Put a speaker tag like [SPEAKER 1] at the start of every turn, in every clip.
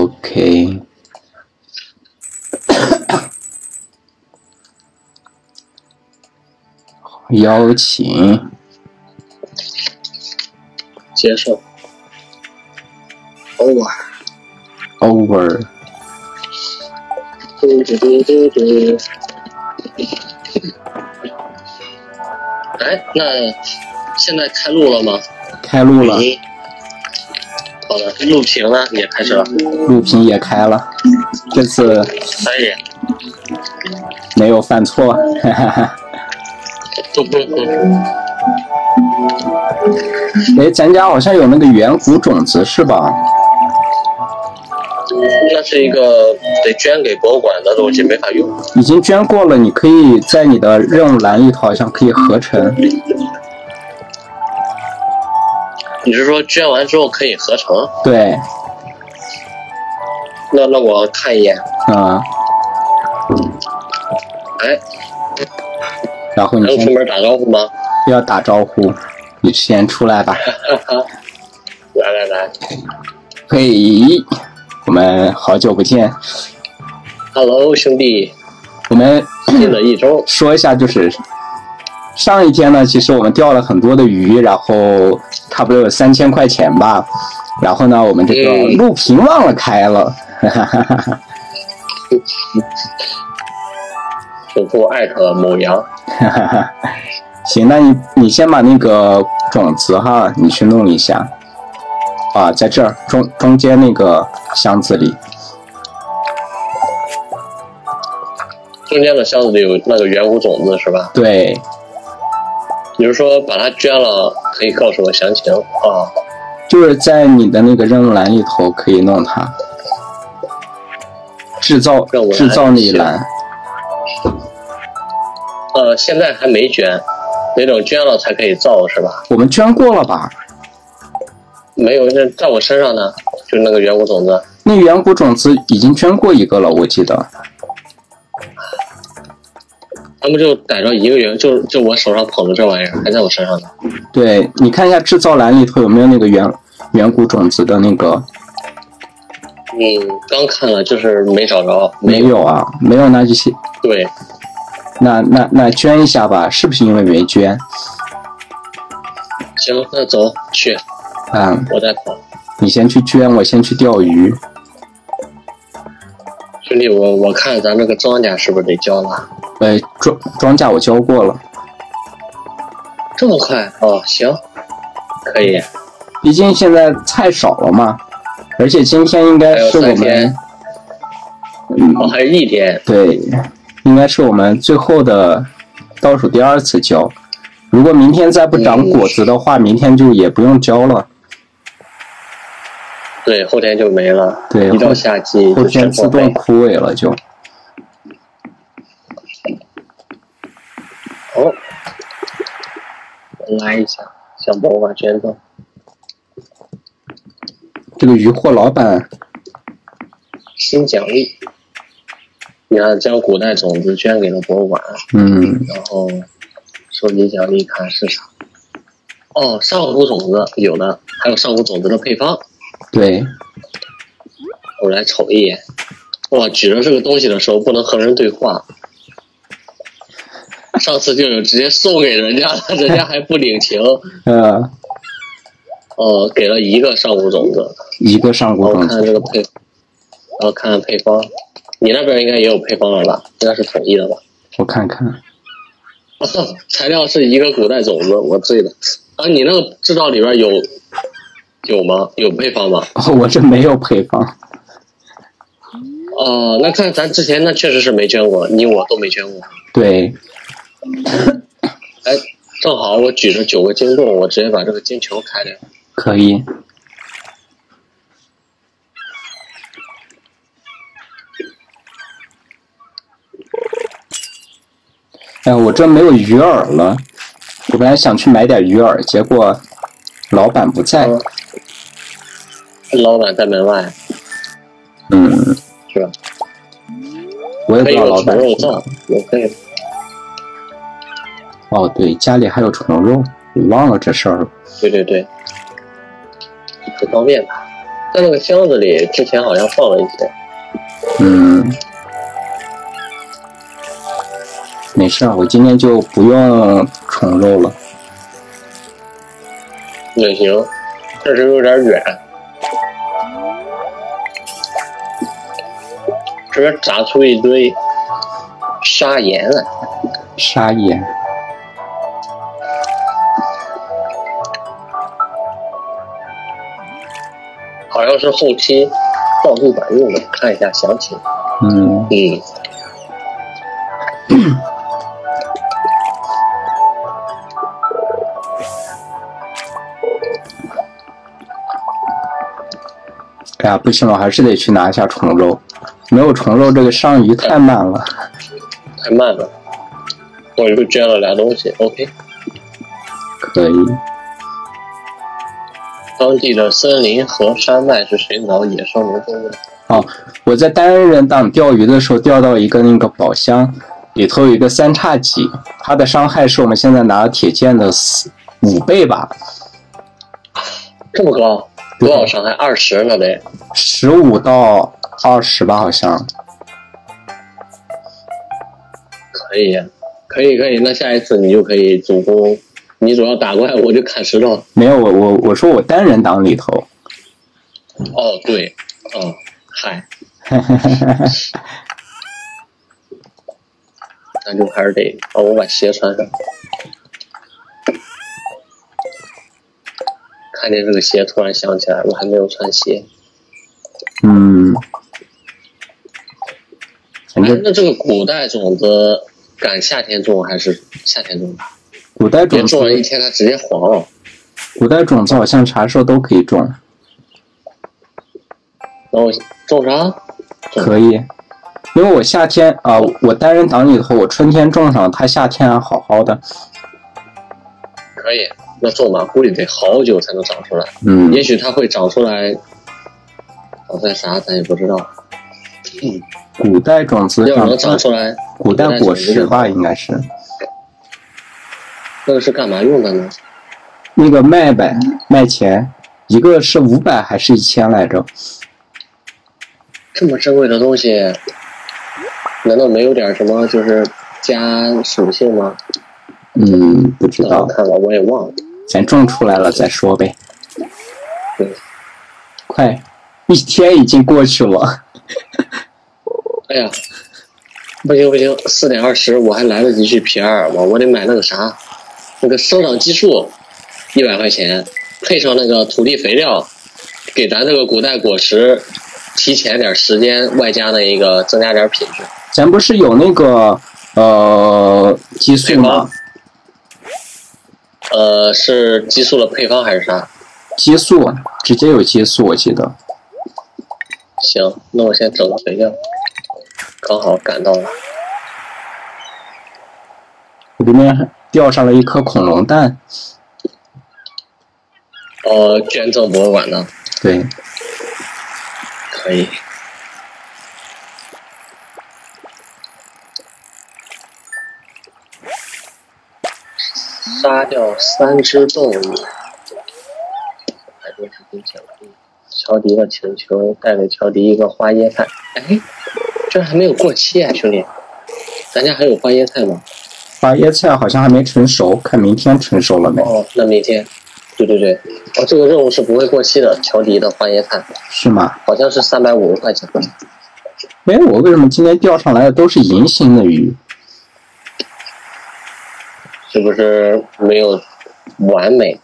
[SPEAKER 1] OK，邀请
[SPEAKER 2] 接受，over，哦
[SPEAKER 1] over
[SPEAKER 2] 嘟嘟嘟嘟嘟。哎，那现在开录了吗？
[SPEAKER 1] 开录了，
[SPEAKER 2] 嗯。好的，录屏呢也开始了，
[SPEAKER 1] 录屏也开了，这次
[SPEAKER 2] 可以。
[SPEAKER 1] 没有犯错， 哎哈哈哈。
[SPEAKER 2] 嗯嗯嗯，
[SPEAKER 1] 哎，咱家好像有那个远古种子是吧？
[SPEAKER 2] 那是一个得捐给博物馆的东西，没法用。
[SPEAKER 1] 已经捐过了，你可以在你的任务栏里头好像可以合成，
[SPEAKER 2] 你是说捐完之后可以合成？
[SPEAKER 1] 对，
[SPEAKER 2] 那那我看一眼。
[SPEAKER 1] 嗯，
[SPEAKER 2] 哎，
[SPEAKER 1] 然后
[SPEAKER 2] 还
[SPEAKER 1] 你
[SPEAKER 2] 用出
[SPEAKER 1] 先
[SPEAKER 2] 门打招呼吗？
[SPEAKER 1] 要打招呼，你先出来吧。
[SPEAKER 2] 来来来
[SPEAKER 1] 嘿，我们好久不见，
[SPEAKER 2] ，Hello，兄弟，
[SPEAKER 1] 我们
[SPEAKER 2] 新的一周，
[SPEAKER 1] 说一下，就是上一天呢，其实我们钓了很多的鱼，然后差不多有三千块钱吧。然后呢，我们这个
[SPEAKER 2] 嗯
[SPEAKER 1] 录屏忘了开了， 哈哈哈哈
[SPEAKER 2] 主播艾特某羊。
[SPEAKER 1] 哈哈哈。行，那你你先把那个种子哈，你去弄一下。啊，在这儿中中间那个箱子里，
[SPEAKER 2] 中间的箱子里有那个远古种子是吧？
[SPEAKER 1] 对，
[SPEAKER 2] 你是说把它捐了，可以告诉我详情啊？
[SPEAKER 1] 就是在你的那个任务栏里头可以弄它，制造
[SPEAKER 2] 任务栏
[SPEAKER 1] 制造那一栏，
[SPEAKER 2] 呃，现在还没捐，得等捐了才可以造是吧？
[SPEAKER 1] 我们捐过了吧？
[SPEAKER 2] 没有，那在我身上呢，就那个远古种子，
[SPEAKER 1] 那远古种子已经捐过一个了，我记得。
[SPEAKER 2] 他们就逮着一个远，就就我手上捧着这玩意儿，还在我身上呢。
[SPEAKER 1] 对，你看一下制造栏里头有没有那个远远古种子的那个？
[SPEAKER 2] 嗯，刚看了，就是没找着，
[SPEAKER 1] 没有啊，没有，那就先
[SPEAKER 2] 对，
[SPEAKER 1] 那那那捐一下吧，是不是因为没捐？
[SPEAKER 2] 行，那走去，
[SPEAKER 1] 嗯，
[SPEAKER 2] 我再跑。
[SPEAKER 1] 你先去捐，我先去钓鱼。
[SPEAKER 2] 兄弟，我我看咱这个庄稼是不是得交了？
[SPEAKER 1] 呃，庄庄稼我浇过了，
[SPEAKER 2] 这么快哦，行，可以。
[SPEAKER 1] 毕竟现在菜少了嘛，而且今天应该是我
[SPEAKER 2] 还有三
[SPEAKER 1] 们
[SPEAKER 2] 天，哦，还有一天，
[SPEAKER 1] 对，应该是我们最后的倒数第二次浇。如果明天再不长
[SPEAKER 2] 嗯
[SPEAKER 1] 果子的话，明天就也不用浇了。
[SPEAKER 2] 对，后天就没了。
[SPEAKER 1] 对
[SPEAKER 2] 一
[SPEAKER 1] 后
[SPEAKER 2] 到夏季
[SPEAKER 1] 后
[SPEAKER 2] 就
[SPEAKER 1] 天
[SPEAKER 2] 全
[SPEAKER 1] 自
[SPEAKER 2] 荒
[SPEAKER 1] 动
[SPEAKER 2] 废。
[SPEAKER 1] 枯萎了就。
[SPEAKER 2] 哦，我拉一下，向博物馆捐赠。
[SPEAKER 1] 这个鱼货老板，
[SPEAKER 2] 新奖励。你看，将古代种子捐给了博物馆，
[SPEAKER 1] 嗯，
[SPEAKER 2] 然后收集奖励看市场。哦，上古种子有的，还有上古种子的配方，
[SPEAKER 1] 对，
[SPEAKER 2] 我来瞅一眼。哇，举着这个东西的时候不能和人对话。上次就有直接送给人家的，人家还不领情。
[SPEAKER 1] 呃，
[SPEAKER 2] 哦，给了一个上古种子，
[SPEAKER 1] 一个上古
[SPEAKER 2] 我
[SPEAKER 1] 种
[SPEAKER 2] 看
[SPEAKER 1] 子，
[SPEAKER 2] 看这个配，然后看看配方。你那边应该也有配方了吧？应该是统一的吧？
[SPEAKER 1] 我看看，
[SPEAKER 2] 材料是一个古代种子，我醉了。啊，你那个制造里边有有吗？有配方吗？
[SPEAKER 1] 哦，我这没有配方，
[SPEAKER 2] 哦、那看咱之前那确实是没捐过，你我都没捐过。
[SPEAKER 1] 对，
[SPEAKER 2] 哎，正好我举着九个金盾，我直接把这个金球开掉。
[SPEAKER 1] 可以，哎，我这没有鱼饵了，我本来想去买点鱼饵，结果老板不在，
[SPEAKER 2] 老板在门外
[SPEAKER 1] 嗯，
[SPEAKER 2] 是吧？
[SPEAKER 1] 我也不
[SPEAKER 2] 还
[SPEAKER 1] 知道
[SPEAKER 2] 有
[SPEAKER 1] 老
[SPEAKER 2] 虫
[SPEAKER 1] 板
[SPEAKER 2] 肉燥，我可以。
[SPEAKER 1] 哦，对，家里还有虫肉，我忘了这事儿了。
[SPEAKER 2] 对对对，很方便吧？在那个箱子里之前好像放了一些，
[SPEAKER 1] 嗯，没事儿，我今天就不用宠肉了。
[SPEAKER 2] 也行，确实有点远。这边炸出一堆砂岩来，
[SPEAKER 1] 沙眼，
[SPEAKER 2] 好像是后期放地板用的，看一下详情。
[SPEAKER 1] 嗯，
[SPEAKER 2] 嗯，
[SPEAKER 1] 哎呀，不行，我还是得去拿一下虫肉。没有虫肉，这个上鱼太慢了。
[SPEAKER 2] 太慢了，我又捐了俩东西。OK，
[SPEAKER 1] 可以，
[SPEAKER 2] 当地的森林和山脉是寻找野生农作物的。
[SPEAKER 1] 哦我在单人档钓鱼的时候钓到一个那个宝箱，里头有一个三叉戟，它的伤害是我们现在拿的铁剑的四五倍吧，
[SPEAKER 2] 这么高，多少伤害？二十了得。
[SPEAKER 1] 十五到二十吧，好像。
[SPEAKER 2] 可以，可以，可以。那下一次你就可以主攻，你主要打怪，我就砍石头。
[SPEAKER 1] 没有，我我我说我单人档里头，
[SPEAKER 2] 哦，对，嗯， 嗨，那就还是得哦，我把鞋穿上。看见这个鞋，突然想起来，我还没有穿鞋。
[SPEAKER 1] 嗯，反
[SPEAKER 2] 哎
[SPEAKER 1] 正
[SPEAKER 2] 那这个古代种子赶夏天种还是夏天种吧？
[SPEAKER 1] 古代
[SPEAKER 2] 别
[SPEAKER 1] 种
[SPEAKER 2] 种了一
[SPEAKER 1] 子，
[SPEAKER 2] 天它直接黄了。
[SPEAKER 1] 古代种子好像啥时候都可以种，
[SPEAKER 2] 然后种啥？
[SPEAKER 1] 可以。因为我夏天啊、我单人档里头，我春天种上，它夏天还好好的。
[SPEAKER 2] 可以，那种吧，估计得好久才能长出来。
[SPEAKER 1] 嗯，
[SPEAKER 2] 也许它会长出来，长出来啥咱也不知道。
[SPEAKER 1] 古代种子
[SPEAKER 2] 要是能
[SPEAKER 1] 上
[SPEAKER 2] 长，出来，
[SPEAKER 1] 嗯古代果实吧，应该是
[SPEAKER 2] 那个是干嘛用的呢？
[SPEAKER 1] 那个卖呗，卖钱，一个是五百还是一千来着？
[SPEAKER 2] 这么珍贵的东西，难道没有点什么就是加属性吗？
[SPEAKER 1] 嗯，不知
[SPEAKER 2] 等我
[SPEAKER 1] 道，
[SPEAKER 2] 看吧，我也忘了。
[SPEAKER 1] 咱种出来了再说呗。
[SPEAKER 2] 对，
[SPEAKER 1] 快，一天已经过去了，
[SPEAKER 2] 哎呀，不行不行，四点二十我还来得及去皮二吗？我得买那个啥，那个生长激素，一百块钱，配上那个土地肥料，给咱这个古代果实提前点时间，外加那一个增加点品质。
[SPEAKER 1] 咱不是有那个呃激素
[SPEAKER 2] 配
[SPEAKER 1] 吗
[SPEAKER 2] 方？呃，是激素的配方还是啥？
[SPEAKER 1] 激素直接有激素，我记得。
[SPEAKER 2] 行，那我先整个肥料，刚好赶到了。
[SPEAKER 1] 我这边钓上了一颗恐龙蛋，
[SPEAKER 2] 呃，捐赠博物馆呢？
[SPEAKER 1] 对，
[SPEAKER 2] 可以。杀掉三只动物，还多是金奖励。乔迪的请求带给乔迪一个花椰菜。哎，这还没有过期啊，兄弟！咱家还有花椰菜吗？
[SPEAKER 1] 花椰菜好像还没成熟，看明天成熟了没？
[SPEAKER 2] 哦，那明天。对对对，哦，这个任务是不会过期的。乔迪的花椰菜
[SPEAKER 1] 是吗？
[SPEAKER 2] 好像是三百五十块钱。
[SPEAKER 1] 哎，我为什么今天钓上来的都是银星的鱼？
[SPEAKER 2] 是不是没有完美？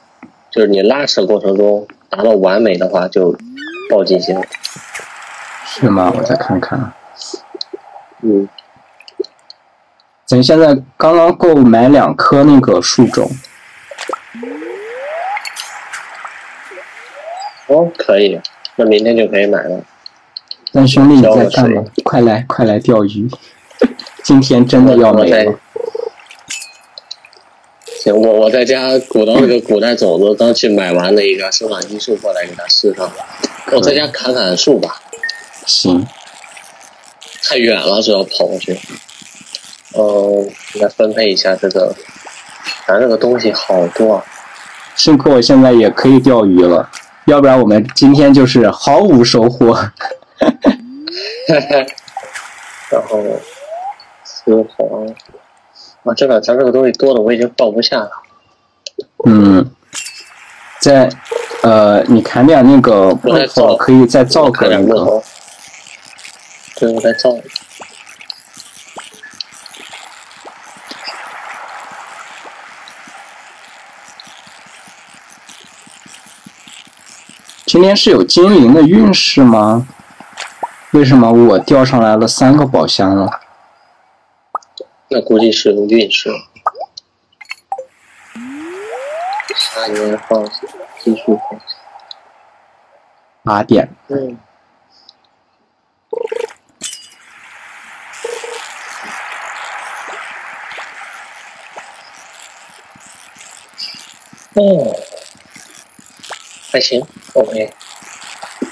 [SPEAKER 2] 就是你拉扯过程中达到完美的话，就报警行。
[SPEAKER 1] 是吗？我再看啊看。
[SPEAKER 2] 嗯，
[SPEAKER 1] 咱现在刚刚够买两颗那个树种，
[SPEAKER 2] 哦，可以，那明天就可以买了。
[SPEAKER 1] 但兄弟你在干嘛？快来快来钓鱼！ 今天真的要
[SPEAKER 2] 我
[SPEAKER 1] 没
[SPEAKER 2] 在
[SPEAKER 1] 了。
[SPEAKER 2] 行，我我在家鼓捣那个古代种子，刚去买完了一个生长激素过来给它试上。我在家砍砍树吧，
[SPEAKER 1] 行，
[SPEAKER 2] 太远了，主要跑过去。嗯，来分配一下这个，咱这个东西好多啊。
[SPEAKER 1] 幸亏我现在也可以钓鱼了，要不然我们今天就是毫无收获。
[SPEAKER 2] 然后丝黄，啊，这两天这个东西多了，我已经放不下了。
[SPEAKER 1] 嗯，在呃，你砍点那个
[SPEAKER 2] 我
[SPEAKER 1] 木
[SPEAKER 2] 再
[SPEAKER 1] 头，
[SPEAKER 2] 造
[SPEAKER 1] 可以再造
[SPEAKER 2] 开
[SPEAKER 1] 个那
[SPEAKER 2] 点木
[SPEAKER 1] 个。
[SPEAKER 2] 头，对，我再造一个。
[SPEAKER 1] 今天是有精灵的运势吗？为什么我钓上来了三个宝箱了？
[SPEAKER 2] 那估计是有运势。杀年放继续放。
[SPEAKER 1] 八点，
[SPEAKER 2] 嗯。哦，还行，OK，我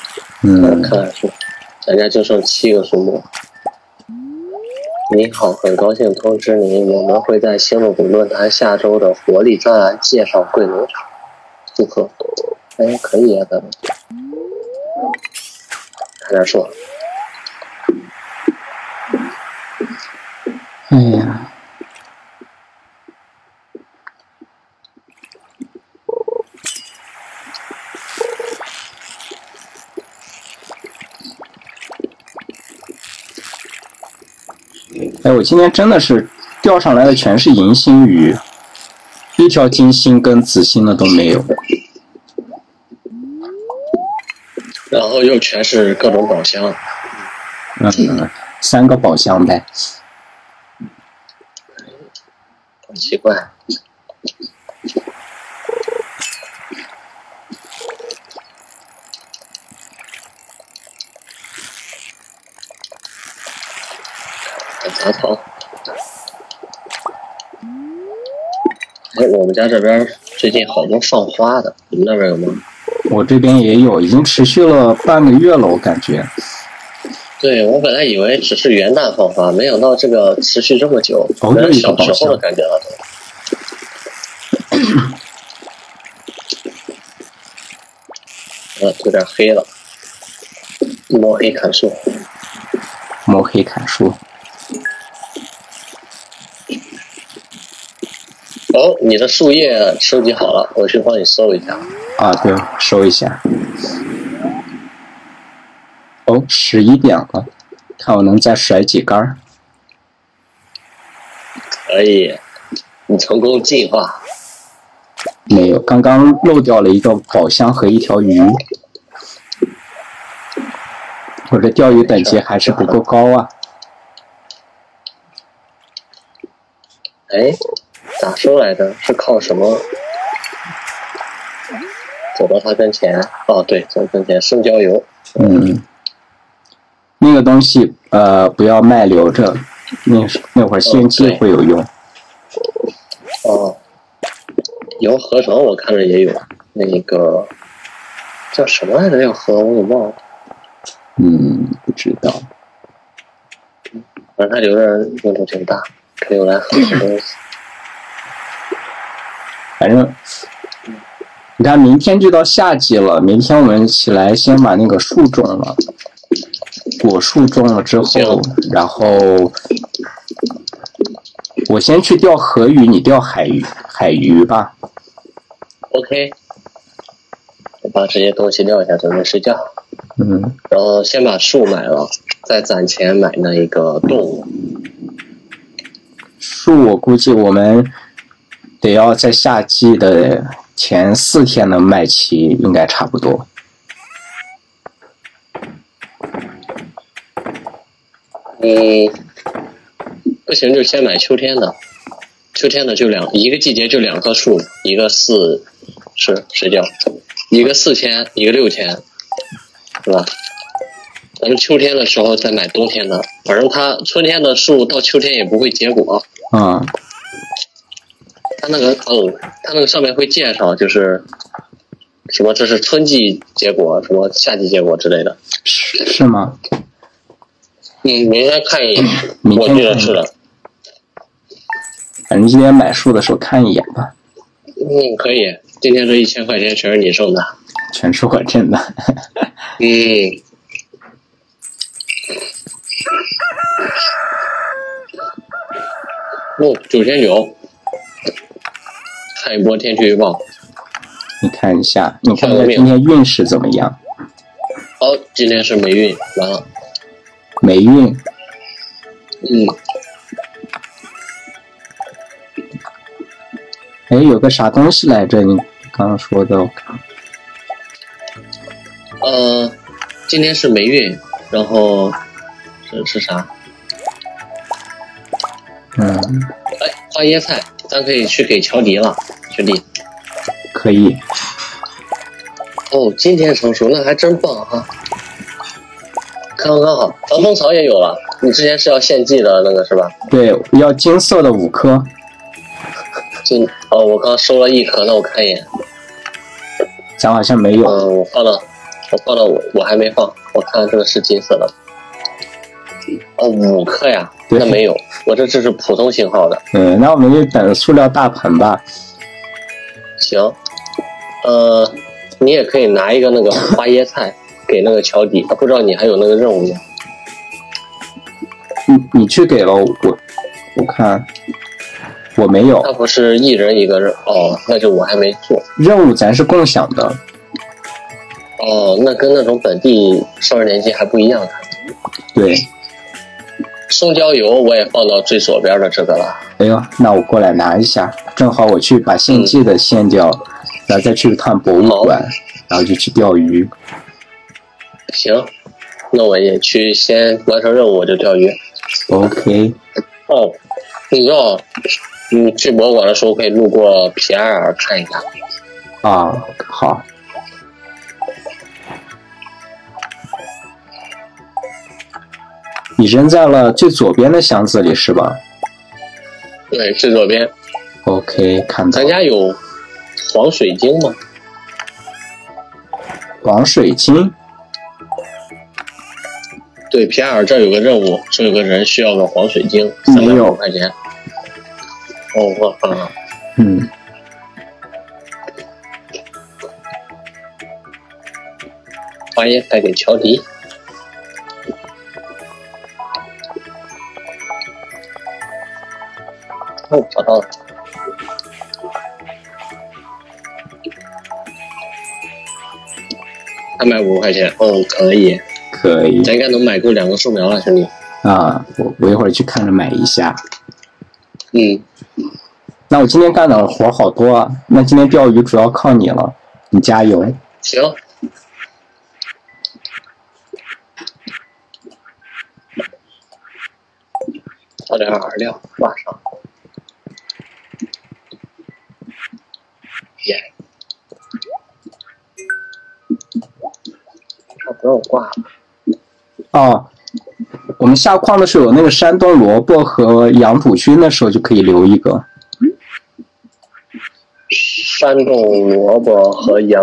[SPEAKER 1] 嗯，
[SPEAKER 2] 看看数，咱家就剩七个数目。你好，很高兴通知您，我们会在星露谷论坛下周的活力专栏介绍桂农场。祝贺！哎，可以啊，咱们差点说了。
[SPEAKER 1] 哎呀，哎，我今天真的是钓上来的全是银星鱼，一条金星跟紫星的都没有。
[SPEAKER 2] 然后又全是各种宝箱，
[SPEAKER 1] 嗯，三个宝箱呗。
[SPEAKER 2] 很奇怪。很杂草。哎，我们家这边最近好多放花的，你们那边有吗？
[SPEAKER 1] 我这边也有，已经持续了半个月了，我感觉。
[SPEAKER 2] 对我本来以为只是元旦放花，没想到这个持续这么久，
[SPEAKER 1] 哦又
[SPEAKER 2] 有
[SPEAKER 1] 一个
[SPEAKER 2] 小
[SPEAKER 1] 宝箱
[SPEAKER 2] 时候的感觉了。呃，有点黑了，摸黑砍树。
[SPEAKER 1] 摸黑砍树，
[SPEAKER 2] 哦，你的树叶收集好了，我去帮你搜一下。
[SPEAKER 1] 啊，对，收一下。哦，十一点了，看我能再甩几杆儿。
[SPEAKER 2] 可以，哎你成功进化。
[SPEAKER 1] 没有，刚刚漏掉了一个宝箱和一条鱼。我这钓鱼等级还是不够高啊！
[SPEAKER 2] 哎，咋说来着？是靠什么走到他跟前？哦，对，走跟前生焦油。
[SPEAKER 1] 嗯，那个东西呃不要卖留着，那那会儿献祭会有用。
[SPEAKER 2] 哦，有合成我看着也有，那个叫什么来着？那个河我给忘了，
[SPEAKER 1] 嗯，不知道。
[SPEAKER 2] 反正它留着用途挺大，可以用来合成东西。
[SPEAKER 1] 反正你看，明天就到夏季了，明天我们起来先把那个树种了，果树种了之后
[SPEAKER 2] 行，
[SPEAKER 1] 然后我先去钓河鱼，你钓海鱼，海鱼吧。
[SPEAKER 2] OK，我把这些东西撂下，准备睡觉。
[SPEAKER 1] 嗯，
[SPEAKER 2] 然后先把树买了，再攒钱买那一个动物。
[SPEAKER 1] 树我估计我们得要在夏季的前四天能卖齐，应该差不多。
[SPEAKER 2] 嗯，不行就先买秋天的，秋天的就两一个季节就两棵树，一个四是谁叫，一个四千，一个六千，是吧？咱们秋天的时候再买冬天的，反正它春天的树到秋天也不会结果，
[SPEAKER 1] 嗯，
[SPEAKER 2] 它那个哦，它那个上面会介绍就是什么这是春季结果，什么夏季结果之类的。
[SPEAKER 1] 是是吗？
[SPEAKER 2] 嗯，明天看一眼，
[SPEAKER 1] 嗯明
[SPEAKER 2] 我
[SPEAKER 1] 天
[SPEAKER 2] 记得
[SPEAKER 1] 看一
[SPEAKER 2] 是的。
[SPEAKER 1] 反正今天买树的时候看一眼吧。
[SPEAKER 2] 嗯，可以。今天这一千块钱全是你挣的，
[SPEAKER 1] 全是我挣的。
[SPEAKER 2] 嗯，哦，九千九，看一波天气预报。
[SPEAKER 1] 你看一下，你看一
[SPEAKER 2] 看
[SPEAKER 1] 下
[SPEAKER 2] 到没有
[SPEAKER 1] 今天运势怎么样？
[SPEAKER 2] 哦，今天是霉运，完了。
[SPEAKER 1] 霉运，
[SPEAKER 2] 嗯，
[SPEAKER 1] 哎，有个啥东西来着？你刚刚说的，我看
[SPEAKER 2] 呃，今天是霉运，然后是是啥？
[SPEAKER 1] 嗯，
[SPEAKER 2] 哎，花椰菜，咱可以去给乔迪了，兄弟。
[SPEAKER 1] 可以，
[SPEAKER 2] 哦，今天成熟，那还真棒哈、刚刚好，防风草也有了。你之前是要献祭的那个是吧？
[SPEAKER 1] 对，要金色的五颗，
[SPEAKER 2] 今哦，我刚收了一颗，那我看一眼。
[SPEAKER 1] 咱好像没有。
[SPEAKER 2] 嗯，我放了，我放了，我我还没放，我看这个是金色的。哦，五颗呀，
[SPEAKER 1] 对
[SPEAKER 2] 那没有，我这只是普通型号的。
[SPEAKER 1] 嗯，那我们就等塑料大盆吧。
[SPEAKER 2] 行，呃，你也可以拿一个那个花椰菜给那个乔迪，他不知道你还有那个任务没？
[SPEAKER 1] 你你去给了我，我看我没有
[SPEAKER 2] 他不是一人一个任哦，那就我还没做。
[SPEAKER 1] 任务，咱是共享的。
[SPEAKER 2] 哦，那跟那种本地少儿年级还不一样呢。
[SPEAKER 1] 对，
[SPEAKER 2] 松焦油我也放到最左边的这个了。
[SPEAKER 1] 哎呦，那我过来拿一下，正好我去把献祭的献掉，然后再去一趟博物馆，然后就去钓鱼。
[SPEAKER 2] 行，那我也去先完成任务，我就钓鱼。
[SPEAKER 1] OK，
[SPEAKER 2] 哦，你知道，你去博物馆的时候可以路过皮埃尔看一看。
[SPEAKER 1] 啊，好，你扔在了最左边的箱子里是吧
[SPEAKER 2] 对，最左边，
[SPEAKER 1] ？OK，看到
[SPEAKER 2] 咱家有黄水晶吗？
[SPEAKER 1] 黄水晶，
[SPEAKER 2] 对，皮埃尔这儿有个任务，说有个人需要个黄水晶，三
[SPEAKER 1] 没
[SPEAKER 2] 百
[SPEAKER 1] 有
[SPEAKER 2] 五块钱。哦，我放了。
[SPEAKER 1] 嗯，
[SPEAKER 2] 花椰菜给乔迪。哦，找到了。三百五十块钱，哦，可以，
[SPEAKER 1] 可以
[SPEAKER 2] 咱应该能买够两个树苗了，兄弟。
[SPEAKER 1] 啊，我我一会儿去看着买一下。
[SPEAKER 2] 嗯，
[SPEAKER 1] 那我今天干的活儿好多啊，那今天钓鱼主要靠你了，你加油。
[SPEAKER 2] 行。倒点饵料，挂上。耶、那不用挂了。
[SPEAKER 1] 哦，我们下矿的时候有那个山东萝卜和羊肚菌的时候就可以留一个。
[SPEAKER 2] 山种萝卜和羊，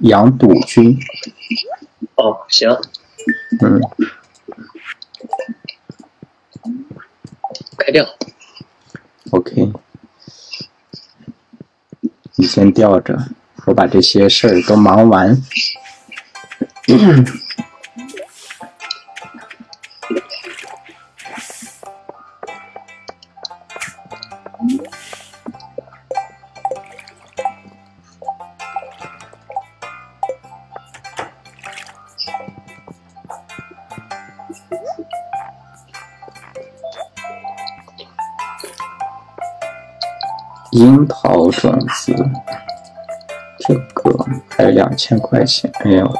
[SPEAKER 1] 羊肚菌，
[SPEAKER 2] 哦，行，
[SPEAKER 1] 嗯，
[SPEAKER 2] 开掉。
[SPEAKER 1] OK，你先吊着，我把这些事儿都忙完。樱桃种子，这个还有两千块钱，哎呦，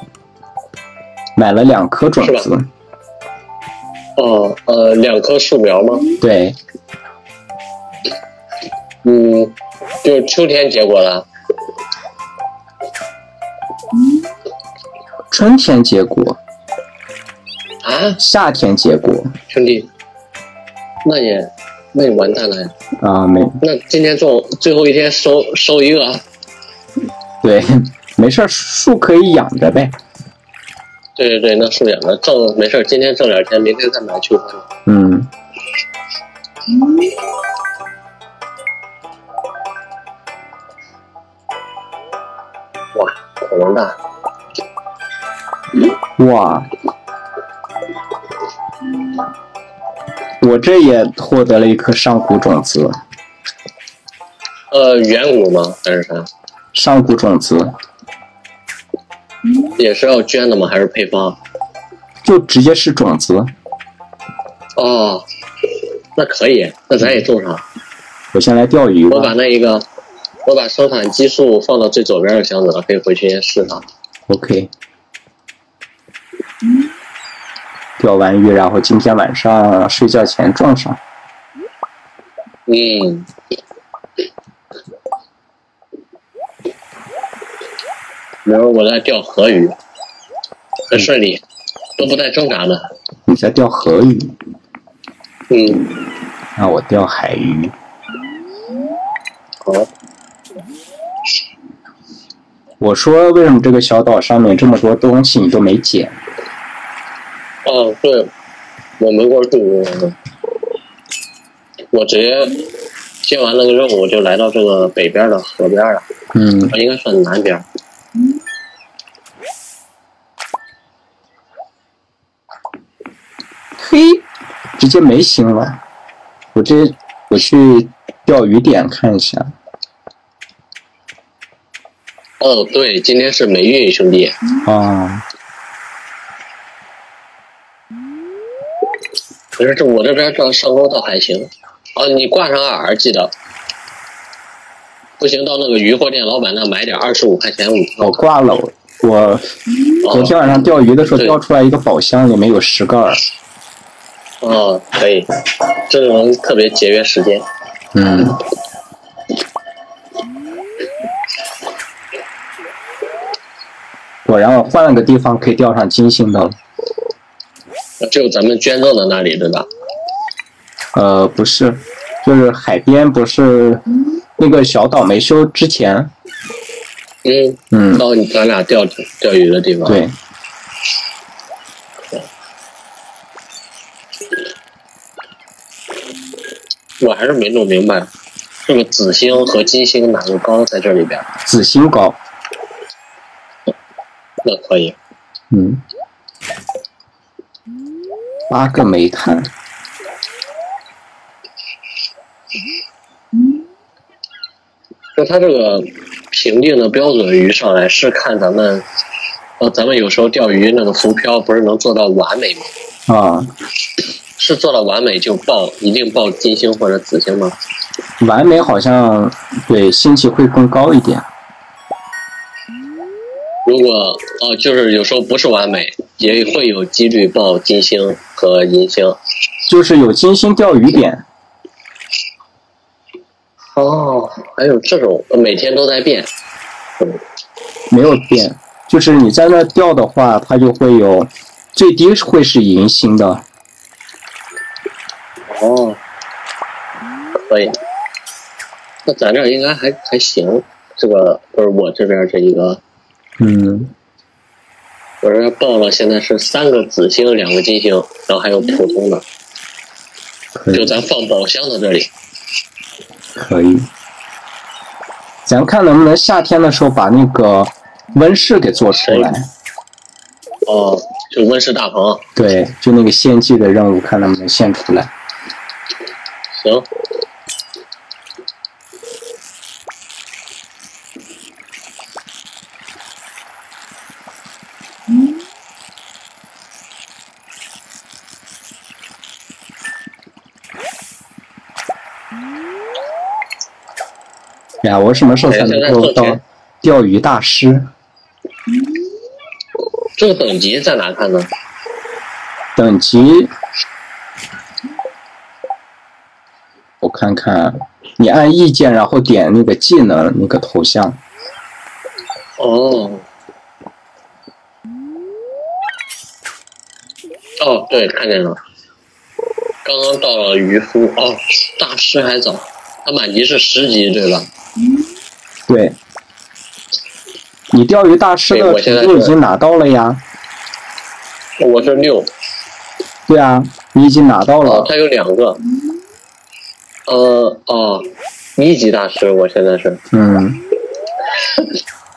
[SPEAKER 1] 买了两颗种
[SPEAKER 2] 是
[SPEAKER 1] 子，
[SPEAKER 2] 哦，呃，两棵树苗吗？
[SPEAKER 1] 对，
[SPEAKER 2] 嗯，就是秋天结果了。
[SPEAKER 1] 春天结果，
[SPEAKER 2] 啊，
[SPEAKER 1] 夏天结果
[SPEAKER 2] 兄弟，那也，那也完蛋了呀。
[SPEAKER 1] 啊，没
[SPEAKER 2] 那今天中午最后一天收收一个啊，
[SPEAKER 1] 对，没事儿，树可以养着呗，
[SPEAKER 2] 对对对，那树养的挣没事儿，今天挣点钱，明天再买去还。
[SPEAKER 1] 嗯，
[SPEAKER 2] 哇，火龙蛋，
[SPEAKER 1] 哇！我这也获得了一颗上古种子，
[SPEAKER 2] 呃，远古吗？还是啥？
[SPEAKER 1] 上古种子
[SPEAKER 2] 也是要捐的吗？还是配方？
[SPEAKER 1] 就直接是种子。
[SPEAKER 2] 哦，那可以，那咱也种上。
[SPEAKER 1] 我先来钓鱼
[SPEAKER 2] 我把
[SPEAKER 1] 吧，
[SPEAKER 2] 那一个，我把生产基数放到最左边的箱子了，可以回去先试它。
[SPEAKER 1] OK。钓完鱼，然后今天晚上睡觉前种上。
[SPEAKER 2] 嗯，然后我在钓河鱼，很顺利，都不带挣扎的。
[SPEAKER 1] 你在钓河鱼，
[SPEAKER 2] 嗯，
[SPEAKER 1] 那我钓海鱼。
[SPEAKER 2] 好，
[SPEAKER 1] 我说为什么这个小岛上面这么多东西你都没捡？
[SPEAKER 2] 哦，对，我没过住，我直接接完那个任务，我就来到这个北边的河边了，
[SPEAKER 1] 嗯，
[SPEAKER 2] 我应该算南边。
[SPEAKER 1] 嘿，直接没行了。我这我去钓鱼点看一下。
[SPEAKER 2] 哦，对，今天是霉运，兄弟。
[SPEAKER 1] 啊，
[SPEAKER 2] 可是这我这边上上钩倒还行，啊，你挂上饵记得，不行到那个鱼货店老板那买点二十五块钱五
[SPEAKER 1] 我挂了。我哦我昨天晚上钓鱼的时候
[SPEAKER 2] 对
[SPEAKER 1] 钓出来一个宝箱，里面有十个饵。
[SPEAKER 2] 哦，可以，这种特别节约时间。
[SPEAKER 1] 嗯，果然我换了个地方可以钓上金星的了。
[SPEAKER 2] 只有咱们捐赠的那里对吧？
[SPEAKER 1] 呃，不是，就是海边不是那个小岛没修之前，
[SPEAKER 2] 嗯，
[SPEAKER 1] 嗯，
[SPEAKER 2] 到你咱俩钓钓鱼的地方。，
[SPEAKER 1] 对，
[SPEAKER 2] 我还是没弄明白，这个紫星和金星哪个高在这里边？
[SPEAKER 1] 紫星高，
[SPEAKER 2] 那可以，
[SPEAKER 1] 嗯，八个煤炭，
[SPEAKER 2] 就它这个评定的标准鱼上来是看咱们，呃，咱们有时候钓鱼那个浮漂不是能做到完美吗？
[SPEAKER 1] 啊，
[SPEAKER 2] 是做到完美就报一定报金星或者紫星吗？
[SPEAKER 1] 完美好像对星级会更高一点，
[SPEAKER 2] 如果哦，就是有时候不是完美，也会有几率报金星和银星。
[SPEAKER 1] 就是有金星钓鱼点，
[SPEAKER 2] 哦，还有这种呃每天都在变。
[SPEAKER 1] 没有变，就是你在那钓的话，它就会有最低会是银星的，
[SPEAKER 2] 哦，可以。那咱这儿应该还还行，这个不是我这边这一个，
[SPEAKER 1] 嗯，
[SPEAKER 2] 我这边报了，现在是三个紫星，两个金星，然后还有普通的，
[SPEAKER 1] 可
[SPEAKER 2] 就
[SPEAKER 1] 以
[SPEAKER 2] 咱放宝箱的这里。
[SPEAKER 1] 可以，咱看能不能夏天的时候把那个温室给做出来。
[SPEAKER 2] 哦，就温室大棚，
[SPEAKER 1] 对，就那个献祭的任务，看能不能献出来。
[SPEAKER 2] 行。
[SPEAKER 1] 呀，我什么时候才
[SPEAKER 2] 哎现在
[SPEAKER 1] 能够
[SPEAKER 2] 做
[SPEAKER 1] 到
[SPEAKER 2] 钱
[SPEAKER 1] 钓鱼大师？
[SPEAKER 2] 这个等级在哪看呢？
[SPEAKER 1] 等级，我看看，你按意见，然后点那个技能那个头像，
[SPEAKER 2] 哦，哦，对，看见了，刚刚到了渔夫哦，大师还早，他满级是十级对吧？
[SPEAKER 1] 对，你钓鱼大师
[SPEAKER 2] 对
[SPEAKER 1] 的
[SPEAKER 2] 我现在
[SPEAKER 1] 成就是已经拿到了呀。
[SPEAKER 2] 我是六，
[SPEAKER 1] 对啊，你已经拿到
[SPEAKER 2] 哦
[SPEAKER 1] 了，。
[SPEAKER 2] 他有两个，呃，哦，一级大师我现在是，
[SPEAKER 1] 嗯，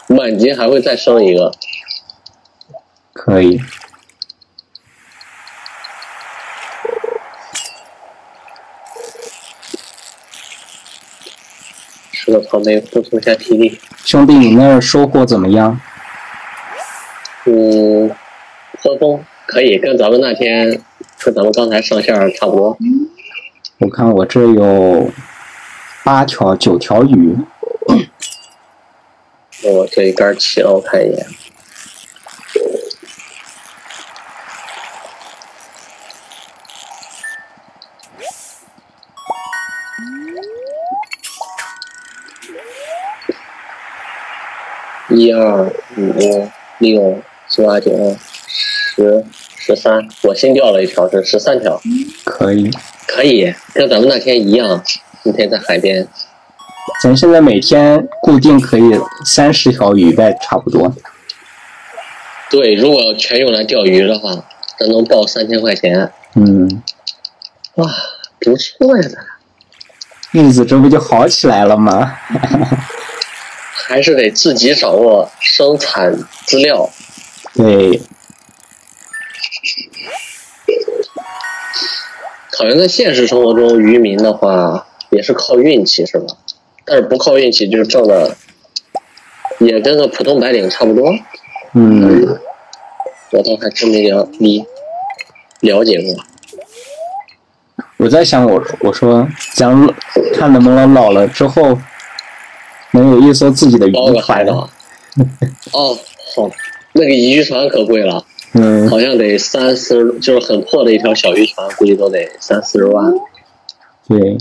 [SPEAKER 2] 满级还会再升一个。
[SPEAKER 1] 可以。
[SPEAKER 2] 吃个草莓补充一下体力。
[SPEAKER 1] 兄弟，你那儿收获怎么样？
[SPEAKER 2] 嗯，和风可以，跟咱们那天跟咱们刚才上线儿差不多。
[SPEAKER 1] 我看我这有八条、九条鱼，
[SPEAKER 2] 我这一杆起了，我看一眼。一二五六七八九十十三，我新掉了一条，是十三条，
[SPEAKER 1] 可以。
[SPEAKER 2] 可以跟咱们那天一样。那天在海边，
[SPEAKER 1] 咱现在每天固定可以三十条鱼呗，差不多。
[SPEAKER 2] 对，如果全用来钓鱼的话，咱能报三千块钱，
[SPEAKER 1] 嗯，
[SPEAKER 2] 哇，不错呀！
[SPEAKER 1] 日子这不就好起来了吗？
[SPEAKER 2] 还是得自己掌握生产资料，
[SPEAKER 1] 对，
[SPEAKER 2] 好像在现实生活中，渔民的话也是靠运气，是吧？但是不靠运气，就是挣的也跟个普通白领差不多。
[SPEAKER 1] 嗯，
[SPEAKER 2] 我倒还真没了理了解过。
[SPEAKER 1] 我在想我我说咱们看能不能老了之后能有一艘自己的
[SPEAKER 2] 包
[SPEAKER 1] 渔
[SPEAKER 2] 个海
[SPEAKER 1] 船。
[SPEAKER 2] 岛，哦，好，那个渔船可贵了，
[SPEAKER 1] 嗯，
[SPEAKER 2] 好像得三四，就是很破的一条小渔船，估计都得三四十万。
[SPEAKER 1] 对，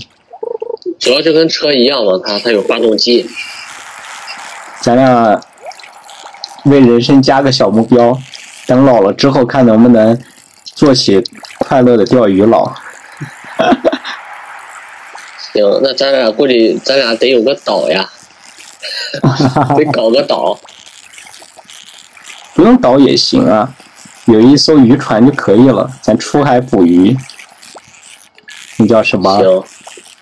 [SPEAKER 2] 主要就跟车一样嘛，它它有发动机，
[SPEAKER 1] 咱俩为人生加个小目标，等老了之后看能不能做起快乐的钓鱼佬。
[SPEAKER 2] 行，那咱俩估计咱俩得有个 岛呀，得搞个岛。
[SPEAKER 1] 不用岛也行啊，有一艘渔船就可以了，咱出海捕鱼。那叫什么？
[SPEAKER 2] 行，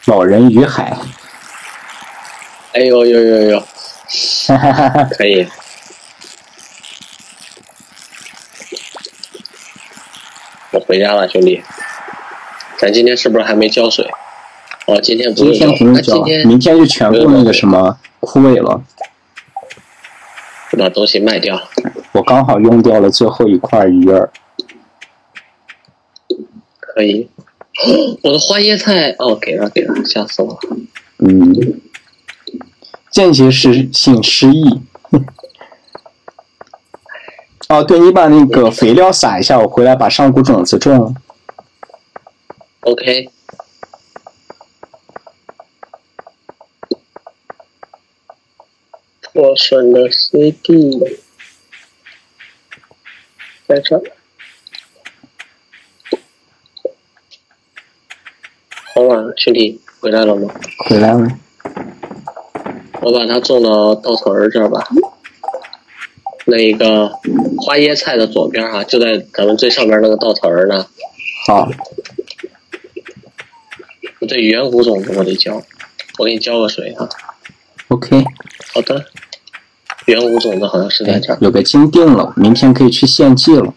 [SPEAKER 1] 老人与海。
[SPEAKER 2] 哎呦呦呦呦，可以。我回家了，兄弟。咱今天是不是还没浇水？哦，今天不
[SPEAKER 1] 今天
[SPEAKER 2] 用浇
[SPEAKER 1] 不，用
[SPEAKER 2] 那
[SPEAKER 1] 浇
[SPEAKER 2] 今，天
[SPEAKER 1] 明天就全部那个什么枯萎了。
[SPEAKER 2] 把东西卖掉。
[SPEAKER 1] 我刚好用掉了最后一块鱼饵。
[SPEAKER 2] 可以。 我的花椰菜哦，给了给了，吓死我了！
[SPEAKER 1] 嗯，间歇时性失忆。 哦，对，你把那个肥料撒一下，我回来把上古种子种了。
[SPEAKER 2] OK，我选的 CD，在这儿。好晚了，兄弟回来了吗？
[SPEAKER 1] 回来了，
[SPEAKER 2] 我把它种到稻草人这儿吧。那个花椰菜的左边哈、啊就在咱们最上边那个稻草人呢。
[SPEAKER 1] 好，
[SPEAKER 2] 我对远古种子我得浇，我给你浇个水啊。
[SPEAKER 1] OK。
[SPEAKER 2] 好的，远古种子好像是在这儿。
[SPEAKER 1] 有个金锭了，明天可以去献祭了。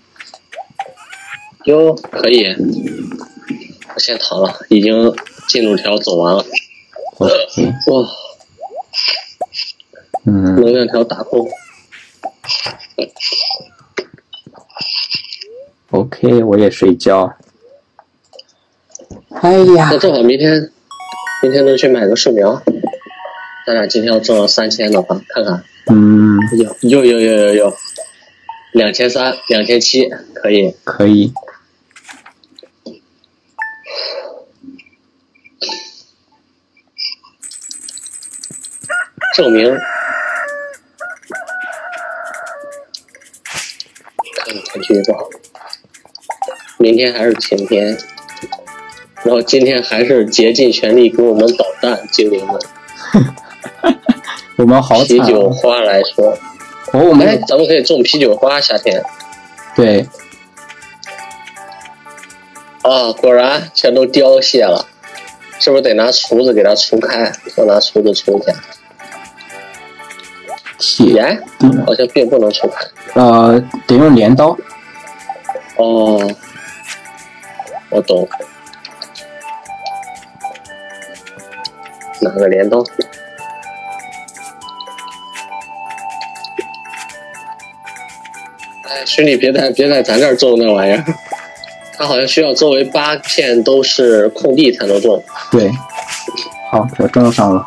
[SPEAKER 2] 哟，可以，我先躺了，已经进度条走完了。
[SPEAKER 1] OK，
[SPEAKER 2] 哇，
[SPEAKER 1] 嗯，
[SPEAKER 2] 能量条打空。
[SPEAKER 1] OK，我也睡觉。哎呀
[SPEAKER 2] 那，正好明天，明天能去买个树苗。咱俩今天要挣了三千的话，看看，
[SPEAKER 1] 嗯，
[SPEAKER 2] 哟哟哟哟哟哟，两千三，两千七，可以。
[SPEAKER 1] 可以。
[SPEAKER 2] 证明。看看剧照，明天还是前天，然后今天还是竭尽全力给我们捣蛋，精灵们。
[SPEAKER 1] 我们好
[SPEAKER 2] 啤
[SPEAKER 1] 惨
[SPEAKER 2] 酒
[SPEAKER 1] 哦！
[SPEAKER 2] 花来说，
[SPEAKER 1] 哦我
[SPEAKER 2] 哎
[SPEAKER 1] 们，
[SPEAKER 2] 咱们可以种啤酒花，夏天
[SPEAKER 1] 对，
[SPEAKER 2] 啊，果然全都凋谢了，是不是得拿锄子给它锄开？我拿锄子锄一下。
[SPEAKER 1] 剃，
[SPEAKER 2] 盐
[SPEAKER 1] 嗯
[SPEAKER 2] 好像并不能重盘。
[SPEAKER 1] 呃，得用镰刀。
[SPEAKER 2] 哦，我懂。拿个镰刀？哎，兄弟，别在别在咱这儿种那玩意儿， 它好像需要周围八片都是空地才能种。
[SPEAKER 1] 对，好，我种上了。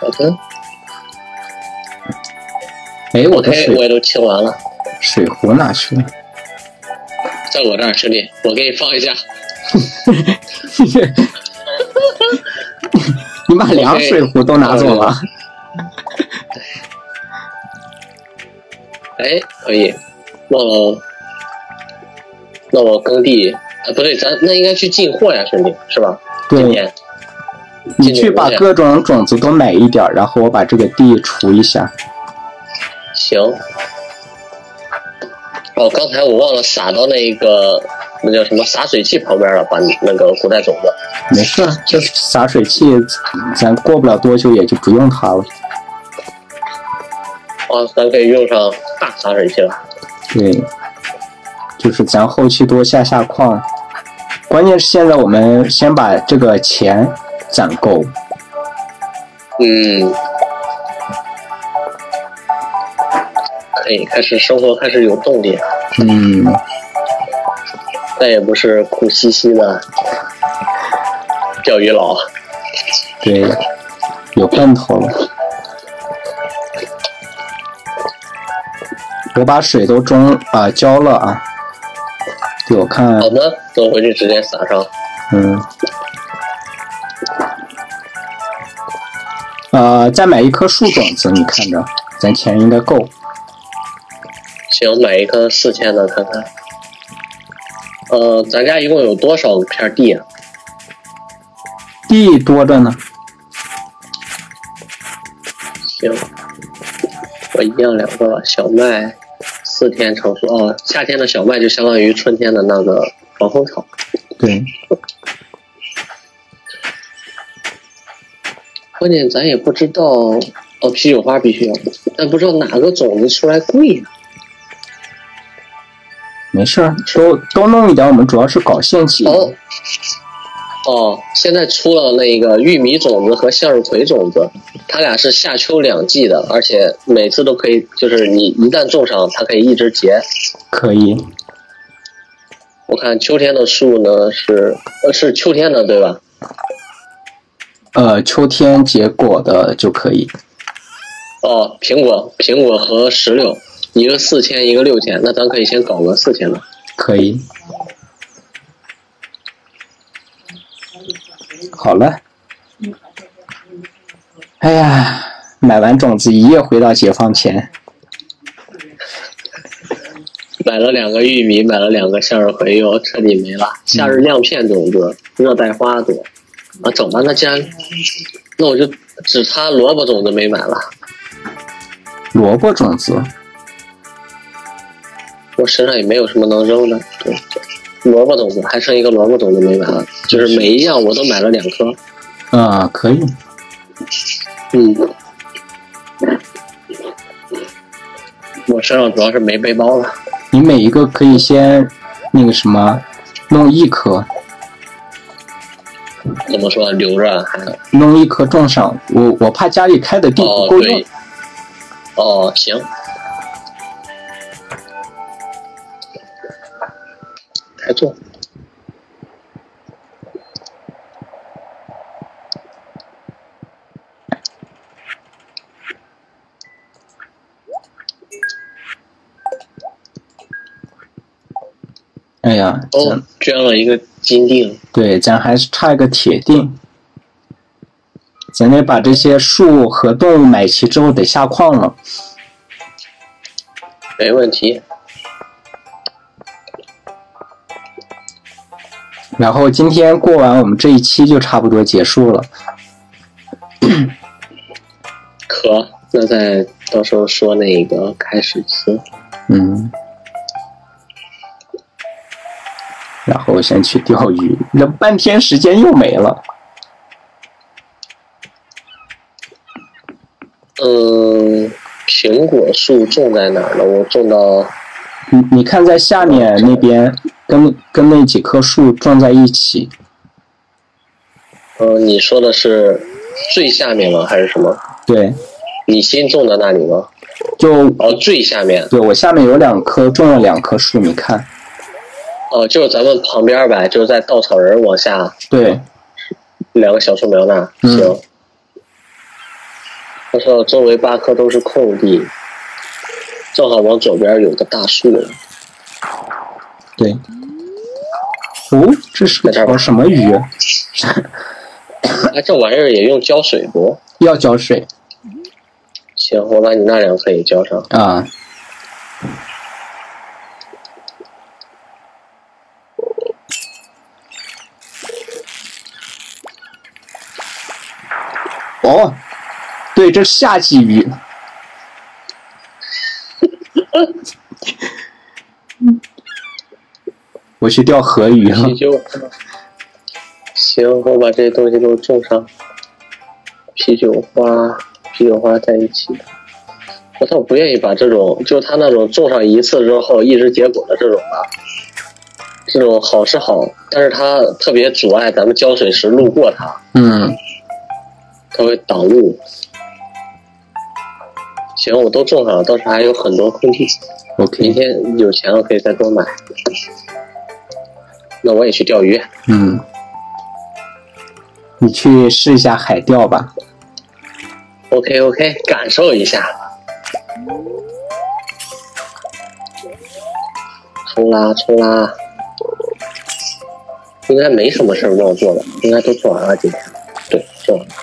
[SPEAKER 2] 好的，
[SPEAKER 1] 哎，我的
[SPEAKER 2] OK，
[SPEAKER 1] 水
[SPEAKER 2] 我也都清完了，
[SPEAKER 1] 水壶哪去了？
[SPEAKER 2] 在我这儿，兄弟，我给你放一下。
[SPEAKER 1] 你把两水壶都拿走了。
[SPEAKER 2] 哎，可以，那我那我耕地，啊，不对，咱那应该去进货呀，兄弟，是吧？今
[SPEAKER 1] 对，
[SPEAKER 2] 年
[SPEAKER 1] 你去把各种种子都买一点儿，然后我把这个地除一下。
[SPEAKER 2] 行。哦，刚才我忘了撒到那个那叫什么洒水器旁边了，把那个古代种子。
[SPEAKER 1] 没事儿，这洒水器咱过不了多久也就不用它了。
[SPEAKER 2] 哦，咱可以用上大洒水器了。
[SPEAKER 1] 对，就是咱后期多下下矿，关键是现在我们先把这个钱攒够。
[SPEAKER 2] 嗯，可以哎开始生活，开始有动力了，
[SPEAKER 1] 嗯，
[SPEAKER 2] 再也不是苦兮兮的钓鱼佬。
[SPEAKER 1] 对，有奔头了。我把水都中啊、浇了啊。对，我看，
[SPEAKER 2] 好的，等我回去直接撒上。
[SPEAKER 1] 嗯，呃，再买一棵树种子，你看着，咱钱应该够。
[SPEAKER 2] 行，买一棵四千的看看。呃，咱家一共有多少片地啊？
[SPEAKER 1] 地多着呢，
[SPEAKER 2] 行，我一样两个小麦，四天成熟。哦，夏天的小麦就相当于春天的那个防风草。
[SPEAKER 1] 对，
[SPEAKER 2] 关键咱也不知道，哦，啤酒花必须要，但不知道哪个种子出来贵呀、
[SPEAKER 1] 没事儿，都都弄一点。我们主要是搞献祭。
[SPEAKER 2] 哦，哦，现在出了那个玉米种子和向日葵种子，它俩是夏秋两季的，而且每次都可以，就是你一旦种上，它可以一直结。
[SPEAKER 1] 可以，
[SPEAKER 2] 我看秋天的树呢是，呃，是秋天的对吧？
[SPEAKER 1] 呃，秋天结果的就可以。
[SPEAKER 2] 哦，苹果，苹果和石榴，一个四千，一个六千，那咱可以先搞个四千的。
[SPEAKER 1] 可以。好了。哎呀，买完种子一夜回到解放前。
[SPEAKER 2] 买了两个玉米，买了两个向日葵，又彻底没了。夏日亮片种子，热带花朵，啊，整吧，那既然，那我就只差萝卜种子没买了。
[SPEAKER 1] 萝卜种子，
[SPEAKER 2] 我身上也没有什么能扔的，对，萝卜种子还剩一个萝卜种子没买了，就是每一样我都买了两颗，
[SPEAKER 1] 啊、可以。
[SPEAKER 2] 嗯。我身上主要是没背包了，
[SPEAKER 1] 你每一个可以先那个什么，弄一颗，
[SPEAKER 2] 怎么说留着还
[SPEAKER 1] 弄一颗种上。我我怕家里开的地
[SPEAKER 2] 哦
[SPEAKER 1] 不够用。
[SPEAKER 2] 对，哦行，开做。
[SPEAKER 1] 哎呀，咱、
[SPEAKER 2] 哦，捐了一个金锭，
[SPEAKER 1] 对，咱还是差一个铁锭。咱得把这些树和动物买齐之后，得下矿了。
[SPEAKER 2] 没问题。
[SPEAKER 1] 然后今天过完，我们这一期就差不多结束了。
[SPEAKER 2] 可，那再到时候说那个开始词。
[SPEAKER 1] 嗯，然后我先去钓鱼，那半天时间又没了。
[SPEAKER 2] 嗯，苹果树种在哪儿了？我种到
[SPEAKER 1] 你你看在下面那边跟跟那几棵树撞在一起，
[SPEAKER 2] 呃，你说的是最下面吗？还是什么？
[SPEAKER 1] 对，
[SPEAKER 2] 你新种的那里吗？
[SPEAKER 1] 就
[SPEAKER 2] 哦，最下面
[SPEAKER 1] 对我下面有两棵种了两棵树，你看，
[SPEAKER 2] 哦，就是咱们旁边呗，就是在稻草人往下
[SPEAKER 1] 对，
[SPEAKER 2] 两个小树苗那儿。
[SPEAKER 1] 嗯
[SPEAKER 2] 行。他说周围八棵都是空地，正好往左边有个大树，
[SPEAKER 1] 对。哦，这是
[SPEAKER 2] 在这儿吧
[SPEAKER 1] 条什么鱼？啊
[SPEAKER 2] 哎，这玩意儿也用浇水不？
[SPEAKER 1] 要浇水
[SPEAKER 2] 行，我把你那两棵也浇上。
[SPEAKER 1] 啊、哦，对，这是夏季鱼。 我去钓河鱼了
[SPEAKER 2] 啤，酒。行，我把这些东西都种上。啤酒花，啤酒花在一起。我倒不愿意把这种，就他那种种上一次之后一直结果的这种吧，这种好是好，但是它特别阻碍咱们浇水时路过它，
[SPEAKER 1] 嗯，
[SPEAKER 2] 它会挡路。行，我都种上了，到时候还有很多空地。明
[SPEAKER 1] OK，
[SPEAKER 2] 天有钱了可以再多买。那我也去钓鱼。
[SPEAKER 1] 嗯，你去试一下海钓吧。
[SPEAKER 2] OK OK，感受一下。冲啦冲啦！应该没什么事儿忘做了，应该都做完了今天。对，做完了。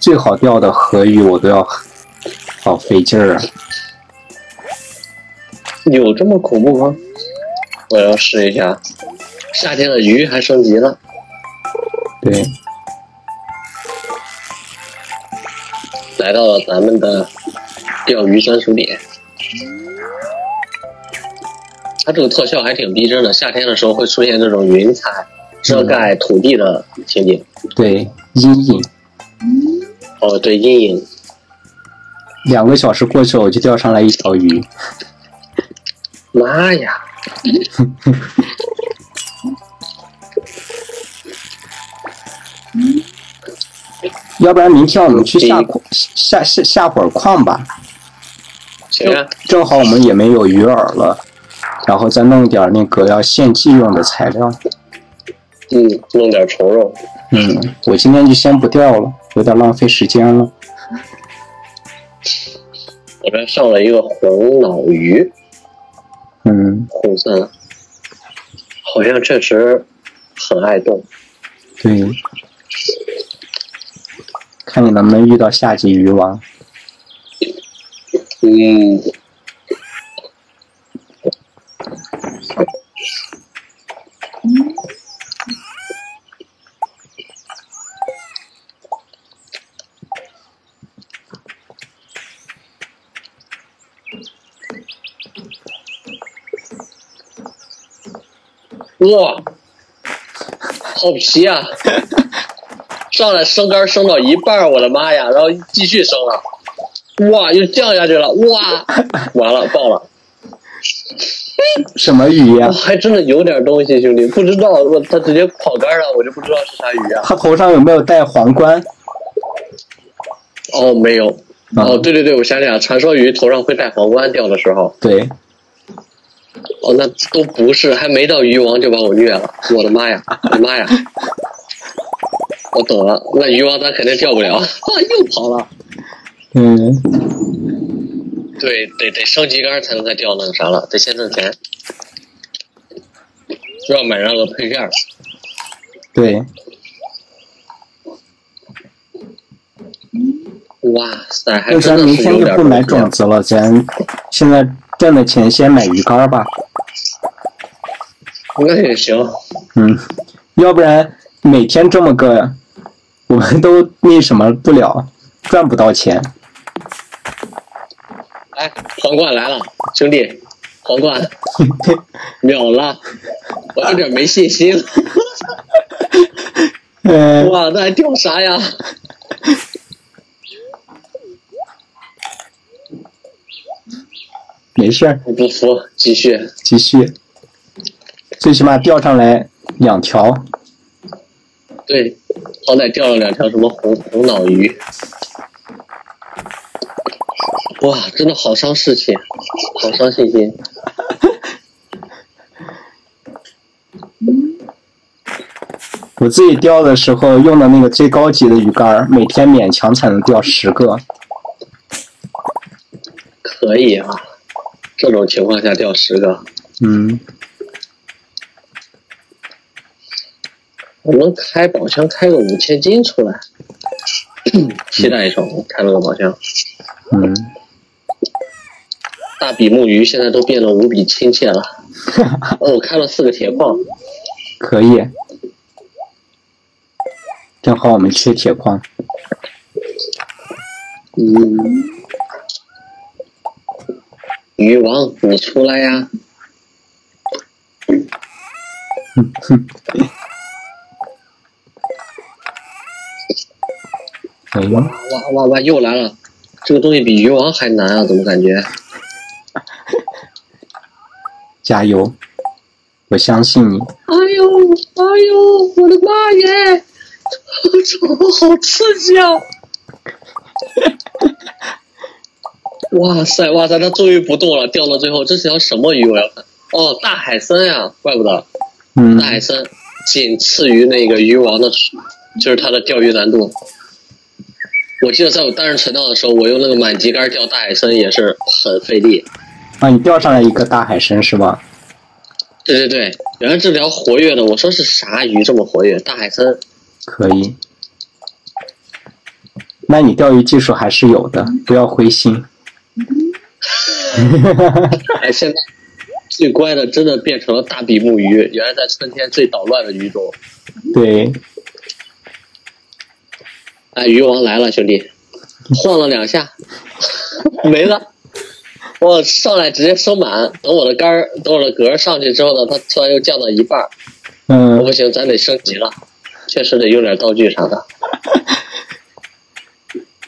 [SPEAKER 1] 最好钓的河鱼我都要好费劲儿啊。
[SPEAKER 2] 有这么恐怖吗？我要试一下。夏天的鱼还升级了，
[SPEAKER 1] 对，
[SPEAKER 2] 来到了咱们的钓鱼专属点。它这个特效还挺逼真的，夏天的时候会出现这种云彩遮盖土地的情景。
[SPEAKER 1] 对，阴影。
[SPEAKER 2] 哦，对，阴影。
[SPEAKER 1] 两个小时过去了，我就钓上来一条鱼。
[SPEAKER 2] 妈呀！
[SPEAKER 1] 要不然明天我们去下
[SPEAKER 2] 嗯
[SPEAKER 1] 矿下下下会儿矿吧，
[SPEAKER 2] 行啊，
[SPEAKER 1] 正好我们也没有鱼饵了，然后再弄点那个要献祭用的材料。
[SPEAKER 2] 嗯，弄点虫肉。
[SPEAKER 1] 嗯，我今天就先不钓了，有点浪费时间了。
[SPEAKER 2] 我这上了一个红脑鱼，
[SPEAKER 1] 嗯，
[SPEAKER 2] 红色，好像确实很爱动。
[SPEAKER 1] 对，看你能不能遇到下级鱼王。
[SPEAKER 2] 嗯。哇，好皮啊！上来升杆升到一半儿，我的妈呀！然后继续升了。哇，又降下去了，哇，完了，爆了！
[SPEAKER 1] 什么鱼呀、
[SPEAKER 2] 我还真的有点东西，兄弟，不知道我他直接跑杆儿了，我就不知道是啥鱼啊。
[SPEAKER 1] 他头上有没有戴皇冠？
[SPEAKER 2] 哦，没有。
[SPEAKER 1] 啊
[SPEAKER 2] 哦，对对对，我想起来了，传说鱼头上会戴皇冠，钓的时候。
[SPEAKER 1] 对，
[SPEAKER 2] 哦，那都不是，还没到鱼王就把我虐了，我的妈呀，我的妈呀！我懂了，那鱼王咱肯定钓不了，啊， 又跑了。
[SPEAKER 1] 嗯，
[SPEAKER 2] 对，得得升级杆儿才能再钓那个啥了，得先挣钱，就要买那个配件儿。
[SPEAKER 1] 对，
[SPEAKER 2] 哇塞，哎还
[SPEAKER 1] 那咱
[SPEAKER 2] 真的
[SPEAKER 1] 明
[SPEAKER 2] 是
[SPEAKER 1] 天
[SPEAKER 2] 有
[SPEAKER 1] 就
[SPEAKER 2] 点
[SPEAKER 1] 不买
[SPEAKER 2] 东西
[SPEAKER 1] 种子了，咱现在挣的钱先买鱼竿吧。
[SPEAKER 2] 那也 行，
[SPEAKER 1] 嗯，要不然每天这么个，我们都那什么不了，赚不到钱。
[SPEAKER 2] 来，哎皇冠来了，兄弟，皇冠秒了，我有点没信 心了。
[SPEAKER 1] 嗯，
[SPEAKER 2] 哇，那还掉啥呀？
[SPEAKER 1] 没事儿，
[SPEAKER 2] 我不服，继续。
[SPEAKER 1] 继续。最起码钓上来两条，
[SPEAKER 2] 对，好歹钓了两条什么红红脑鱼。哇，真的好伤士气，好伤信心。
[SPEAKER 1] 我自己钓的时候用的那个最高级的鱼竿儿，每天勉强才能钓十个。
[SPEAKER 2] 可以啊，这种情况下钓十个，
[SPEAKER 1] 嗯，
[SPEAKER 2] 我们开宝箱开个五千斤出来，期待一下，我开了个宝箱。
[SPEAKER 1] 嗯，
[SPEAKER 2] 大比目鱼现在都变得无比亲切了。哦，我开了四个铁矿，
[SPEAKER 1] 可以。正好我们缺铁矿，
[SPEAKER 2] 嗯，鱼王你出来呀！
[SPEAKER 1] 哎呦，
[SPEAKER 2] 哇哇哇，又来了！这个东西比鱼王还难啊，怎么感觉？
[SPEAKER 1] 加油！我相信你。
[SPEAKER 2] 哎呦哎呦，我的妈耶！这个好刺激啊！哇塞哇塞，它终于不动了，掉到最后，这是条什么鱼？我要看。哦，大海参呀、怪不得
[SPEAKER 1] 嗯
[SPEAKER 2] 大，海参仅次于那个鱼王的，就是它的钓鱼难度。我记得在我单人存档的时候，我用那个满级竿钓大海参也是很费力。
[SPEAKER 1] 啊，你钓上来一个大海参是吧？
[SPEAKER 2] 对对对，原来这条活跃的，我说是啥鱼这么活跃？大海参
[SPEAKER 1] 可以。那你钓鱼技术还是有的，不要灰心。
[SPEAKER 2] 哎，现在最乖的真的变成了大比目鱼，原来在春天最捣乱的鱼种。
[SPEAKER 1] 对，
[SPEAKER 2] 哎，鱼王来了，兄弟，晃了两下， 没了。我上来直接收满，等我的杆儿，等我的格儿上去之后呢，它突然又降到一半儿，我
[SPEAKER 1] 嗯
[SPEAKER 2] 不行，咱得升级了，确实得用点道具啥的，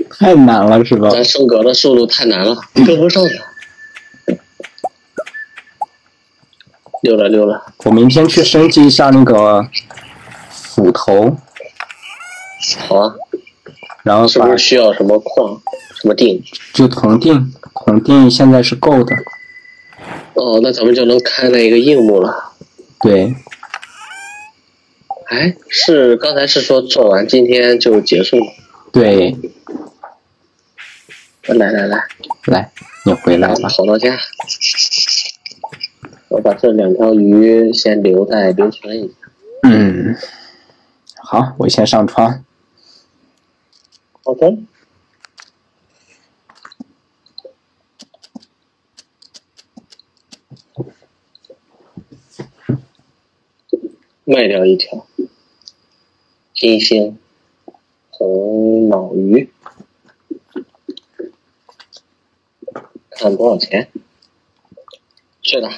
[SPEAKER 1] 太难了是吧？
[SPEAKER 2] 咱升格的速度太难了，跟不上了。溜了溜了，
[SPEAKER 1] 我明天去升级一下那个斧头，
[SPEAKER 2] 好啊，
[SPEAKER 1] 然后
[SPEAKER 2] 是
[SPEAKER 1] 把
[SPEAKER 2] 不是需要什么矿、什么锭？
[SPEAKER 1] 就铜锭，铜锭现在是够的。
[SPEAKER 2] 哦，那咱们就能开那个硬木了。
[SPEAKER 1] 对，
[SPEAKER 2] 哎，是刚才是说做完今天就结束吗？
[SPEAKER 1] 对，
[SPEAKER 2] 来来来，
[SPEAKER 1] 来，你回来
[SPEAKER 2] 我们
[SPEAKER 1] 吧。
[SPEAKER 2] 跑到家，我把这两条鱼先留在留存一下。
[SPEAKER 1] 嗯，好，我先上床。
[SPEAKER 2] 好的。卖掉一条金星红脑鱼，看多少钱？是的，